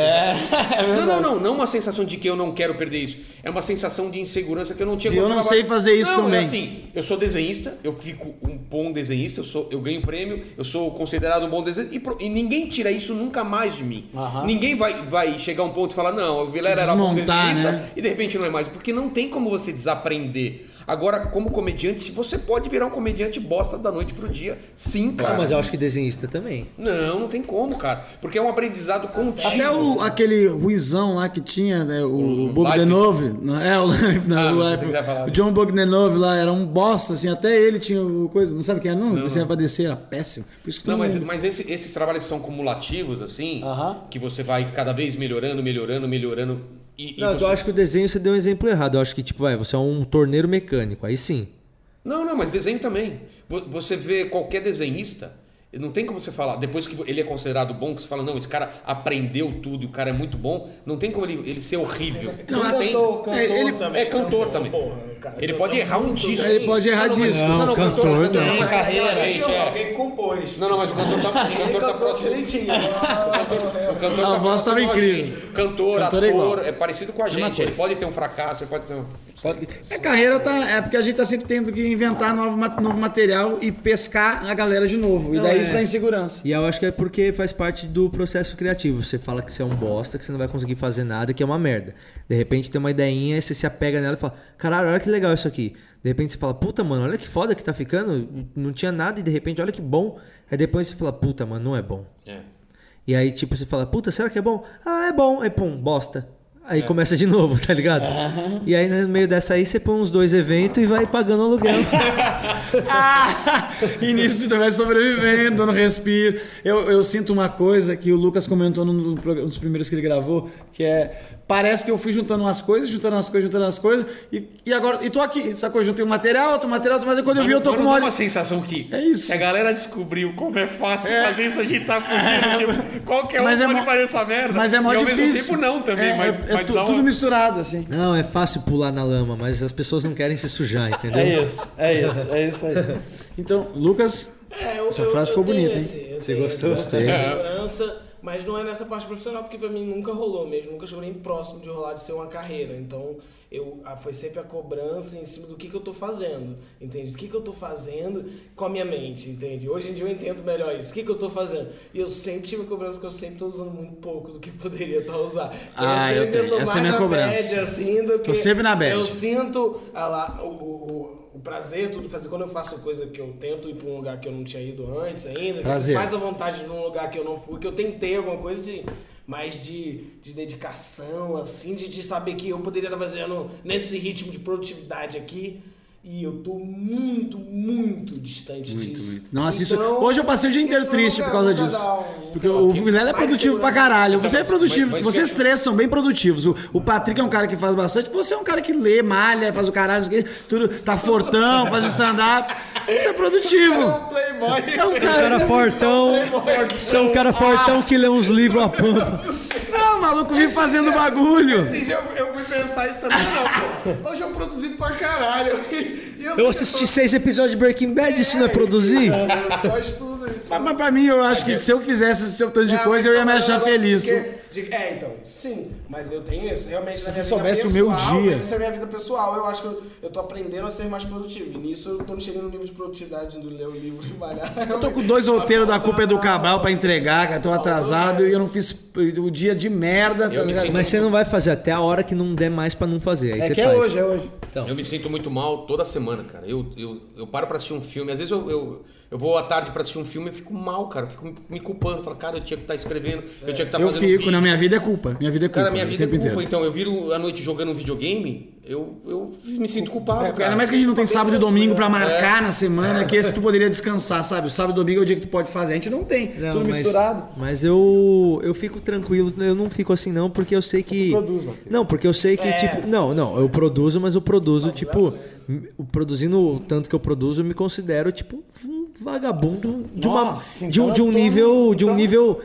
Speaker 3: Não, não, não. Não uma sensação de que eu não quero perder isso. É uma sensação de insegurança que eu não tinha
Speaker 1: De eu
Speaker 3: quando
Speaker 1: não
Speaker 3: trabalho.
Speaker 1: sei fazer isso
Speaker 3: não,
Speaker 1: também.
Speaker 3: É assim, eu sou desenhista, eu fico um bom desenhista, eu, sou, eu ganho prêmio, eu sou considerado um bom desenhista. E, pro- e ninguém tira isso nunca mais de mim. Ninguém vai, vai chegar a um ponto e falar, não, o Vilera era bom
Speaker 1: Desmontar,
Speaker 3: desenhista
Speaker 1: né?
Speaker 3: e de repente não é mais. Porque não tem como você desaprender. Agora, como comediante, você pode virar um comediante bosta da noite pro dia. Sim, cara.
Speaker 2: Ah, mas eu acho que desenhista também.
Speaker 3: Não, não tem como, cara. Porque é um aprendizado contínuo.
Speaker 1: Até o, Tipo aquele ruizão lá que tinha, né? O,
Speaker 3: O
Speaker 1: Bogdanov. Não, é, o, não,
Speaker 3: Ah,
Speaker 1: o-
Speaker 3: não sei o que você vai falar.
Speaker 1: o John Bogdanov lá era um bosta, assim. Até ele tinha o coisa. Não sabe quem era, não? Assim, Descia pra descer, era péssimo. Por isso que
Speaker 3: Não,
Speaker 1: todo
Speaker 3: mas,
Speaker 2: Uhum.
Speaker 1: mundo-
Speaker 3: mas esse- esses trabalhos são cumulativos, assim,
Speaker 5: Aham.
Speaker 3: que você vai cada vez melhorando, melhorando, melhorando. E, e
Speaker 2: Não,
Speaker 3: você-
Speaker 2: eu acho que o desenho você deu um exemplo errado. Eu acho que, tipo, vai, você é um torneiro mecânico, aí sim.
Speaker 3: não, não, mas desenho também. Vo- Você vê qualquer desenhista, não tem como você falar, depois que ele é considerado bom, que você fala, não, esse cara aprendeu tudo e o cara é muito bom, não tem como ele, ele ser horrível. Não,
Speaker 1: até-
Speaker 3: tem.
Speaker 1: cantor, ele-
Speaker 3: É cantor também. ele pode errar um disco.
Speaker 1: Ele pode errar
Speaker 3: não, não, mas-
Speaker 1: disco.
Speaker 3: Não, não,
Speaker 2: Não,
Speaker 3: cantor,
Speaker 2: cantor
Speaker 3: cantor
Speaker 2: não.
Speaker 3: tem carreira,
Speaker 4: Aí,
Speaker 3: gente,
Speaker 4: ó,
Speaker 3: é.
Speaker 4: Alguém compôs.
Speaker 3: Não, não, mas o cantor tá, o cantor tá
Speaker 4: Cantou
Speaker 3: próximo.
Speaker 4: direitinho.
Speaker 3: O cantor
Speaker 1: A
Speaker 3: tá
Speaker 1: voz
Speaker 3: próximo
Speaker 1: tava
Speaker 3: a
Speaker 1: incrível.
Speaker 3: gente. Cantor,
Speaker 1: Cantor é
Speaker 3: ator,
Speaker 1: igual.
Speaker 3: é, parecido com a
Speaker 1: Mesma
Speaker 3: gente. Ele
Speaker 1: coisa.
Speaker 3: pode ter um fracasso, ele pode ter um.
Speaker 1: Pode- A carreira tá. É porque a gente tá sempre tendo que inventar novo, ma- novo material e pescar a galera de novo. E
Speaker 2: Não,
Speaker 1: daí
Speaker 2: é.
Speaker 1: isso tá dá insegurança.
Speaker 2: E eu acho que é porque faz parte do processo criativo. Você fala que você é um bosta, que você não vai conseguir fazer nada, que é uma merda. De repente tem uma ideinha, você se apega nela e fala, caralho, olha que legal isso aqui. De repente você fala, puta, mano, olha que foda que tá ficando. Não tinha nada e de repente, olha que bom. Aí depois você fala, puta, mano, não é bom.
Speaker 3: É.
Speaker 2: E aí, tipo, você fala, puta, será que é bom? Ah, é bom. Aí, pum, bosta. Aí começa de novo, tá ligado? E aí, no meio dessa aí, você põe uns dois eventos e vai pagando aluguel.
Speaker 1: E nisso tu vai sobrevivendo, dando um respiro. Eu, eu sinto uma coisa que o Lucas comentou num, dos prog- nos primeiros que ele gravou, que é Parece que eu fui juntando umas coisas, juntando umas coisas, juntando umas coisas, e, e agora, e tô aqui, sacou? Juntei um material, outro material, outro material, quando eu vi, eu tô
Speaker 3: Mas
Speaker 1: com
Speaker 3: não
Speaker 1: uma
Speaker 3: dá
Speaker 1: hora...
Speaker 3: uma sensação que
Speaker 1: É isso.
Speaker 3: se a galera descobriu como é fácil fazer isso, a gente tá fugindo. Tipo, qualquer um
Speaker 1: É, Mas é
Speaker 3: pode
Speaker 1: mó-
Speaker 3: fazer essa merda.
Speaker 1: Mas é mó
Speaker 3: e ao
Speaker 1: difícil.
Speaker 3: mesmo tempo não também,
Speaker 1: É,
Speaker 3: mas,
Speaker 1: é, é
Speaker 3: mas
Speaker 1: tu-
Speaker 3: dá um- uma...
Speaker 1: tudo misturado, assim.
Speaker 2: Não, é fácil pular na lama, mas as pessoas não querem se sujar, entendeu?
Speaker 5: É isso, é isso, é isso aí.
Speaker 1: Então, Lucas,
Speaker 4: É, eu,
Speaker 1: Essa
Speaker 4: eu-
Speaker 1: frase
Speaker 4: eu
Speaker 1: ficou
Speaker 4: tenho
Speaker 1: bonita, hein?
Speaker 4: esse- eu
Speaker 5: Você
Speaker 4: tenho
Speaker 5: gostou?
Speaker 4: esse-
Speaker 5: Gostei.
Speaker 4: essa Segurança, mas não é nessa parte profissional, porque pra mim nunca rolou mesmo, nunca chegou nem próximo de rolar de ser uma carreira. Então, eu, a- foi sempre a cobrança em cima do que, que eu tô fazendo, entende? O que, que eu tô fazendo com a minha mente, entende? Hoje em dia eu entendo melhor isso, o que, que eu tô fazendo. E eu sempre tive a cobrança que eu sempre tô usando muito pouco do que poderia tá Então, estar usando.
Speaker 1: Ah, eu tenho. Essa é minha cobrança.
Speaker 4: assim, do que
Speaker 1: sempre na bad.
Speaker 4: Eu sinto ah lá, o, o- o prazer, tudo fazer. Quando eu faço coisa que eu tento ir pra um lugar que eu não tinha ido antes ainda,
Speaker 1: Prazer.
Speaker 4: mais à vontade num lugar que eu não fui, que eu tentei alguma coisa assim, mais de, de dedicação, assim, de, de saber que eu poderia estar fazendo nesse ritmo de produtividade aqui. E eu tô muito, muito distante disso.
Speaker 1: Nossa, isso-
Speaker 4: Então,
Speaker 1: hoje eu passei o dia inteiro
Speaker 4: isso
Speaker 1: triste
Speaker 4: nunca-
Speaker 1: por causa
Speaker 4: nunca
Speaker 1: disso.
Speaker 4: dá um-
Speaker 1: Porque o Vilela é
Speaker 4: Mais
Speaker 1: produtivo pra
Speaker 4: segurança.
Speaker 1: caralho. Você é produtivo,
Speaker 3: mas- mas
Speaker 1: vocês
Speaker 3: que-
Speaker 1: três são bem produtivos. O, o Patrick é um cara que faz bastante, você é um cara que lê, malha, faz o caralho, não sei o quê, tudo, tá fortão, faz stand-up. Isso é produtivo.
Speaker 4: Playboy.
Speaker 1: É um
Speaker 2: Você é um cara
Speaker 1: cara.
Speaker 2: fortão. Você é um cara fortão que lê uns livros a pampa.
Speaker 1: Não, o maluco vive fazendo bagulho.
Speaker 4: Esse dia eu, eu fui pensar isso também, não, pô. Hoje eu produzi pra caralho. E eu,
Speaker 2: Eu assisti seis episódios de Breaking Bad, isso não é produzir?
Speaker 4: Eu só estudo isso.
Speaker 1: Mas, mas pra mim, eu acho que se eu fizesse esse tanto
Speaker 4: É,
Speaker 1: de coisa, eu
Speaker 4: então,
Speaker 1: ia me achar feliz.
Speaker 4: De- de- é, então, sim, mas eu tenho isso. Realmente, na minha vida
Speaker 1: soubesse o meu
Speaker 4: pessoal,
Speaker 1: dia.
Speaker 4: Mas isso é minha vida pessoal. Eu acho que eu, eu tô aprendendo a ser mais produtivo. E nisso eu tô chegando no nível de produtividade do ler o livro e malhar.
Speaker 1: Eu tô com dois roteiros da culpa é do Cabral pra entregar, cara. Tô atrasado e eu não fiz o dia de merda. tá
Speaker 3: Eu me sinto
Speaker 2: Mas você não vai fazer até a hora que não der mais pra não fazer. Aí
Speaker 5: É
Speaker 2: você
Speaker 5: que é
Speaker 2: faz.
Speaker 5: hoje, é hoje.
Speaker 3: Eu me sinto muito mal toda semana, cara. Eu, eu, eu paro pra assistir um filme. Às vezes eu, eu, eu vou à tarde pra assistir um filme e fico mal, cara. Eu Fico me- me culpando. Falo, cara, eu tinha que estar escrevendo, eu tinha que
Speaker 4: tá
Speaker 3: estar
Speaker 1: Eu
Speaker 3: fazendo
Speaker 1: fico,
Speaker 3: vídeo.
Speaker 1: na minha vida é culpa. Minha vida é culpa.
Speaker 3: Cara, minha
Speaker 1: o
Speaker 3: vida é
Speaker 1: tempo
Speaker 3: culpa.
Speaker 1: inteiro.
Speaker 3: Então, eu viro a noite jogando um videogame, eu, eu me sinto culpado,
Speaker 1: É,
Speaker 3: cara.
Speaker 1: ainda mais que a gente não tem sábado e
Speaker 4: é
Speaker 1: domingo pra marcar na semana, que esse tu poderia descansar, sabe? O sábado e domingo é o dia que tu pode fazer. A gente não tem.
Speaker 2: Não,
Speaker 1: tudo
Speaker 2: mas,
Speaker 1: misturado.
Speaker 2: Mas eu eu fico tranquilo, eu não fico assim não, porque eu sei que produz, Não, porque eu sei
Speaker 5: É.
Speaker 2: que tipo, não, não, eu produzo, mas eu produzo tipo m- o- produzindo o tanto que eu produzo, eu me considero tipo um vagabundo de uma
Speaker 5: Nossa,
Speaker 2: de um,
Speaker 5: então
Speaker 2: de um
Speaker 5: eu tô-
Speaker 2: nível, de um
Speaker 5: então-
Speaker 2: nível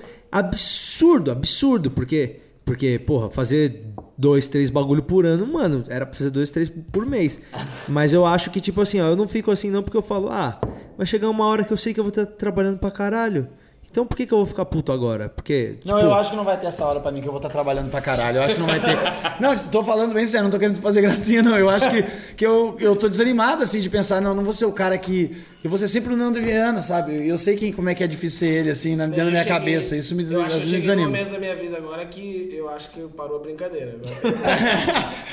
Speaker 2: absurdo, absurdo, porque porque porra, fazer dois, três bagulho por ano, mano, era pra fazer dois, três por mês. Mas eu acho que, tipo assim, ó, eu não fico assim não porque eu falo, ah, vai chegar uma hora que eu sei que eu vou estar trabalhando pra caralho. Então por que, que eu vou ficar puto agora? Porque.
Speaker 5: Não,
Speaker 2: tipo,
Speaker 5: eu acho que não vai ter essa hora pra mim que eu vou
Speaker 1: tá
Speaker 5: estar trabalhando pra caralho. Eu acho que não vai ter.
Speaker 1: Não, tô falando bem sério, não tô querendo fazer gracinha, não. Eu acho que, que eu, eu tô desanimado, assim, de pensar, não, não vou ser o cara que. Eu vou ser sempre o Nando Viana, sabe? Eu sei quem, como é que é difícil ser ele, assim, na, dentro da
Speaker 4: Eu
Speaker 1: minha
Speaker 4: cheguei-
Speaker 1: cabeça. Isso me des-
Speaker 4: eu acho
Speaker 1: às
Speaker 4: que
Speaker 1: vezes
Speaker 4: eu
Speaker 1: me
Speaker 4: cheguei num
Speaker 1: desanima.
Speaker 4: momento da minha vida agora que eu acho que parou a brincadeira. né?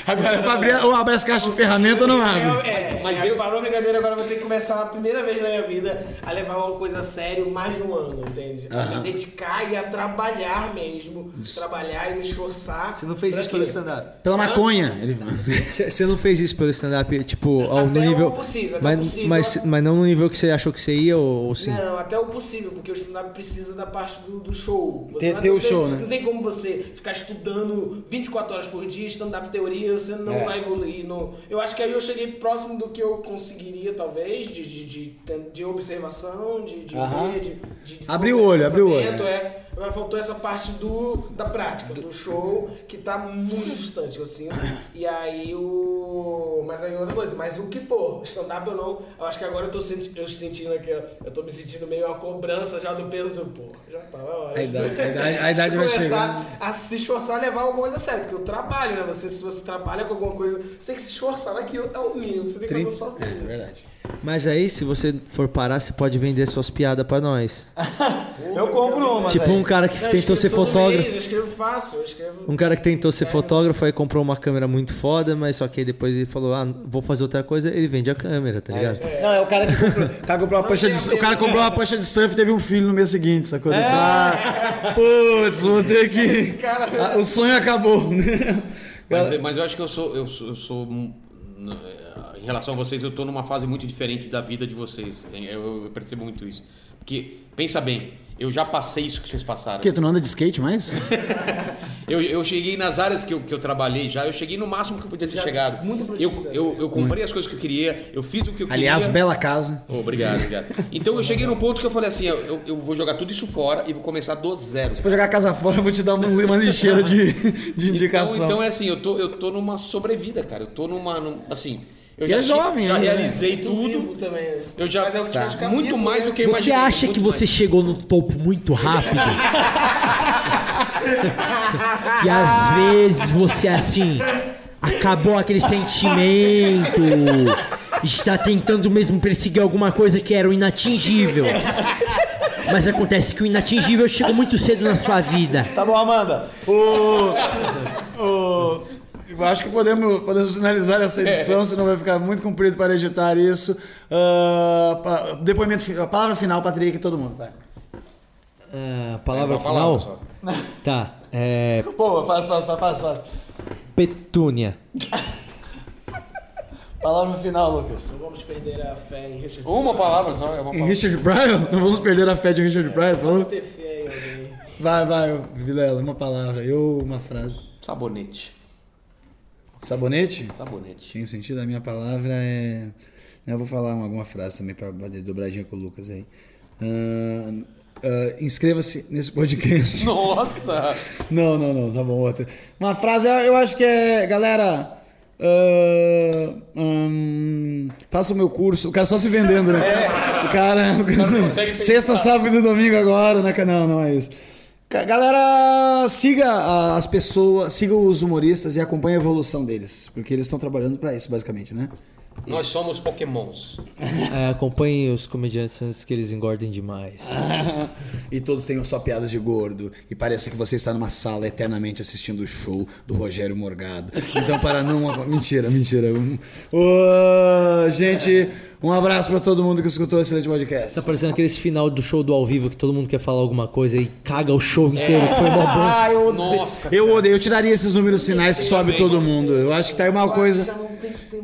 Speaker 1: Agora, pra abrir- ou abre as caixas de ferramenta ou não abre.
Speaker 4: É, é,
Speaker 3: mas
Speaker 4: mas
Speaker 3: eu-
Speaker 4: eu parou a brincadeira, agora eu vou ter que começar a primeira vez na minha vida a levar uma coisa a sério mais de um ano, entende? A me dedicar e a trabalhar mesmo. Trabalhar e me esforçar.
Speaker 2: Você não fez
Speaker 4: pra
Speaker 2: isso
Speaker 4: quê?
Speaker 2: pelo stand-up.
Speaker 4: é,
Speaker 1: Pela maconha. Ele...
Speaker 2: Você você não fez isso pelo stand-up, tipo, ao no
Speaker 4: Até o
Speaker 2: nível.
Speaker 4: possível, até o
Speaker 2: mas,
Speaker 4: possível.
Speaker 2: mas, mas não no nível que você achou que você ia, ou, ou sim?
Speaker 4: Não, até o possível, porque o stand-up precisa da parte do, do show. Você
Speaker 1: Ter-
Speaker 4: não
Speaker 1: ter
Speaker 4: tem-
Speaker 1: o show, né?
Speaker 4: Não tem como você ficar estudando 24 horas por dia, stand-up teoria, você não
Speaker 1: É.
Speaker 4: vai evoluir. Não. Eu acho que aí eu cheguei próximo do que eu conseguiria, talvez, de, de, de, de observação, de, de ver, de, de
Speaker 1: Abrir o olho, abrir o olho,
Speaker 4: pensamento, é. Agora faltou essa parte do, da prática, do show, que tá muito distante, eu sinto. E aí o. Mas aí outra coisa, mas o que pô, stand-up ou não, eu acho que agora eu tô senti eu sentindo aqui, ó, eu tô me sentindo meio uma cobrança já do peso, pô, já tá na hora.
Speaker 1: A idade- a idade- a idade
Speaker 4: De
Speaker 1: vai
Speaker 4: começar
Speaker 1: chegando.
Speaker 4: A se esforçar a levar alguma coisa a sério, porque o trabalho, né? Você, se você trabalha com alguma coisa, você tem que se esforçar naquilo, é o mínimo que você tem que fazer na sua vida.
Speaker 1: é, verdade.
Speaker 2: Mas aí, se você for parar, você pode vender suas piadas pra nós.
Speaker 5: Eu compro uma.
Speaker 2: tipo,
Speaker 5: daí.
Speaker 2: um cara que
Speaker 4: Não, eu
Speaker 2: tentou
Speaker 4: escrevo
Speaker 2: ser
Speaker 4: todo é
Speaker 2: fotógrafo.
Speaker 4: mês, Eu escrevo fácil, eu escrevo.
Speaker 2: Um cara que tentou ser fotógrafo aí comprou uma câmera muito foda, mas só que aí depois ele falou, ah, vou fazer outra coisa, ele vende a câmera, tá ligado?
Speaker 5: Não, é o cara que comprou.
Speaker 1: O cara comprou uma prancha de, o cara comprou uma prancha de surf e teve um filho no mês seguinte, sacou? É. Ah, putz, vou ter que. Ah, o sonho acabou.
Speaker 3: Mas, mas eu acho que eu sou, eu sou, eu sou, hum, n- em relação a vocês, eu estou numa fase muito diferente da vida de vocês. Eu, eu percebo muito isso. Porque pensa bem, eu já passei isso que vocês passaram.
Speaker 1: O quê? Tu não anda de skate mais?
Speaker 3: Eu, eu cheguei nas áreas que eu, que eu trabalhei já, eu cheguei no máximo que eu podia ter chegado.
Speaker 4: muito
Speaker 3: eu,
Speaker 4: produtividade.
Speaker 3: eu, eu comprei as coisas que eu queria, eu fiz o que eu queria.
Speaker 1: né? Aliás, bela casa.
Speaker 3: Ô, obrigado, obrigado. Então eu cheguei num ponto que eu falei assim: eu, eu- eu vou jogar tudo isso fora e vou começar do zero. Então,
Speaker 1: Se for jogar casa fora, eu vou te dar uma, uma lixeira de, de indicação.
Speaker 3: Então, então é assim, eu tô, eu tô numa sobrevida, cara. Eu tô numa. num- assim, eu
Speaker 1: E é jovem
Speaker 3: já
Speaker 1: ainda, né?
Speaker 3: realizei
Speaker 4: Muito vivo
Speaker 3: tudo.
Speaker 4: também. né?
Speaker 3: Eu já.
Speaker 4: Mas é o que te faz ficar
Speaker 3: Muito
Speaker 4: vivo,
Speaker 3: mais
Speaker 4: né?
Speaker 3: do que eu
Speaker 2: Você
Speaker 3: imaginei.
Speaker 2: acha que
Speaker 3: muito
Speaker 2: você
Speaker 3: mais.
Speaker 2: chegou no topo muito rápido? e às vezes você é assim, acabou aquele sentimento, está tentando mesmo perseguir alguma coisa que era o inatingível. Mas acontece que o inatingível chegou muito cedo na sua vida.
Speaker 3: é-
Speaker 5: Tá bom, Amanda.
Speaker 1: Ô, Eu acho que podemos, podemos finalizar essa
Speaker 3: É.
Speaker 1: edição, senão vai ficar muito comprido para editar isso. Ah, pa- depoimento, fi- a palavra final, Patrick, e todo mundo. vai.
Speaker 2: Ah,
Speaker 3: É
Speaker 2: palavra
Speaker 3: uma palavra
Speaker 2: final? Tá. É.
Speaker 5: Boa, faz, faz, faz, faz, faz.
Speaker 2: Petúnia.
Speaker 5: Palavra final, Lucas.
Speaker 4: Não vamos perder a fé em Richard.
Speaker 3: Uma palavra só, é uma
Speaker 1: E
Speaker 3: palavra.
Speaker 1: Richard Pryor? Não vamos perder a fé de Richard Pryor?
Speaker 4: Não
Speaker 1: Falou?
Speaker 4: ter fé em alguém.
Speaker 1: Vai, vai, Vilela, uma palavra. Eu, uma frase.
Speaker 3: Sabonete.
Speaker 1: Sabonete?
Speaker 3: Sabonete.
Speaker 1: Tem sentido, a minha palavra é. Eu vou falar uma- alguma frase também para bater dobradinha com o Lucas aí. Ah, ah, Inscreva-se nesse podcast.
Speaker 3: Nossa!
Speaker 1: Não, não, não, tá bom, outra. Uma frase, eu eu acho que é, galera. ah, hum, faça o meu curso. O cara só se vendendo, né? O cara. o cara-
Speaker 3: consegue
Speaker 1: sexta, sábado e domingo agora, né? Não, não é isso. Ca- Galera, siga a- as pessoas, siga os humoristas e acompanhe a evolução deles. Porque eles estão trabalhando pra isso, basicamente, né?
Speaker 3: Nós somos pokémons.
Speaker 2: acompanhe os comediantes antes que eles engordem demais.
Speaker 1: e todos tenham só piadas de gordo e parece que você está numa sala eternamente assistindo o show do Rogério Morgado. Então, para não. mentira, mentira. Um- Ô, gente, um abraço para todo mundo que escutou esse excelente podcast.
Speaker 2: Tá parecendo aqueles final do show do ao vivo que todo mundo quer falar alguma coisa e caga o show inteiro, que foi mó bom.
Speaker 1: Ah, eu
Speaker 3: Nossa,
Speaker 1: Eu odeio, eu tiraria esses números finais que sobe todo mundo. Eu acho que tá aí uma coisa.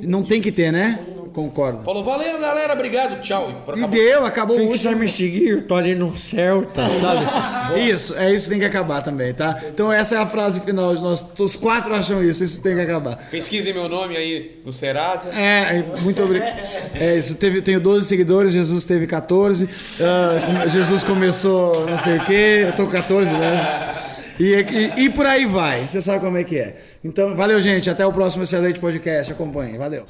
Speaker 1: Não tem que ter, né? Concordo.
Speaker 3: Falou, valeu galera, obrigado, tchau. E
Speaker 1: E
Speaker 3: por- acabou.
Speaker 1: deu, acabou o último.
Speaker 2: me seguir, tô ali no Celta, sabe?
Speaker 1: Isso, é isso que tem que acabar também, tá? Então essa é a frase final de nós. Os quatro acham isso, isso tem que acabar.
Speaker 3: Pesquisem meu nome aí no Serasa.
Speaker 1: É, muito obrigado. É isso, teve, tenho 12 seguidores, Jesus teve 14. ah, come- Jesus começou não sei o quê, eu tô com 14, né? E, e, e por aí vai, você sabe como é que é. Então, valeu, gente. Até o próximo excelente podcast. Acompanhe. Valeu.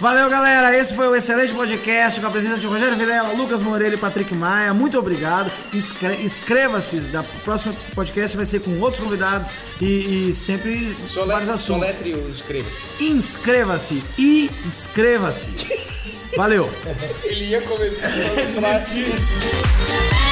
Speaker 1: Valeu, galera. Esse foi o excelente podcast com a presença de Rogério Vilela, Lucas Morelli e Patrick Maia. Muito obrigado. Inscre- Inscreva-se. Da- O próximo podcast vai ser com outros convidados e, e sempre vários
Speaker 3: Soletre,
Speaker 1: assuntos.
Speaker 3: soletre o inscreva-se.
Speaker 1: Inscreva-se e inscreva-se. Valeu.
Speaker 3: Ele ia começar a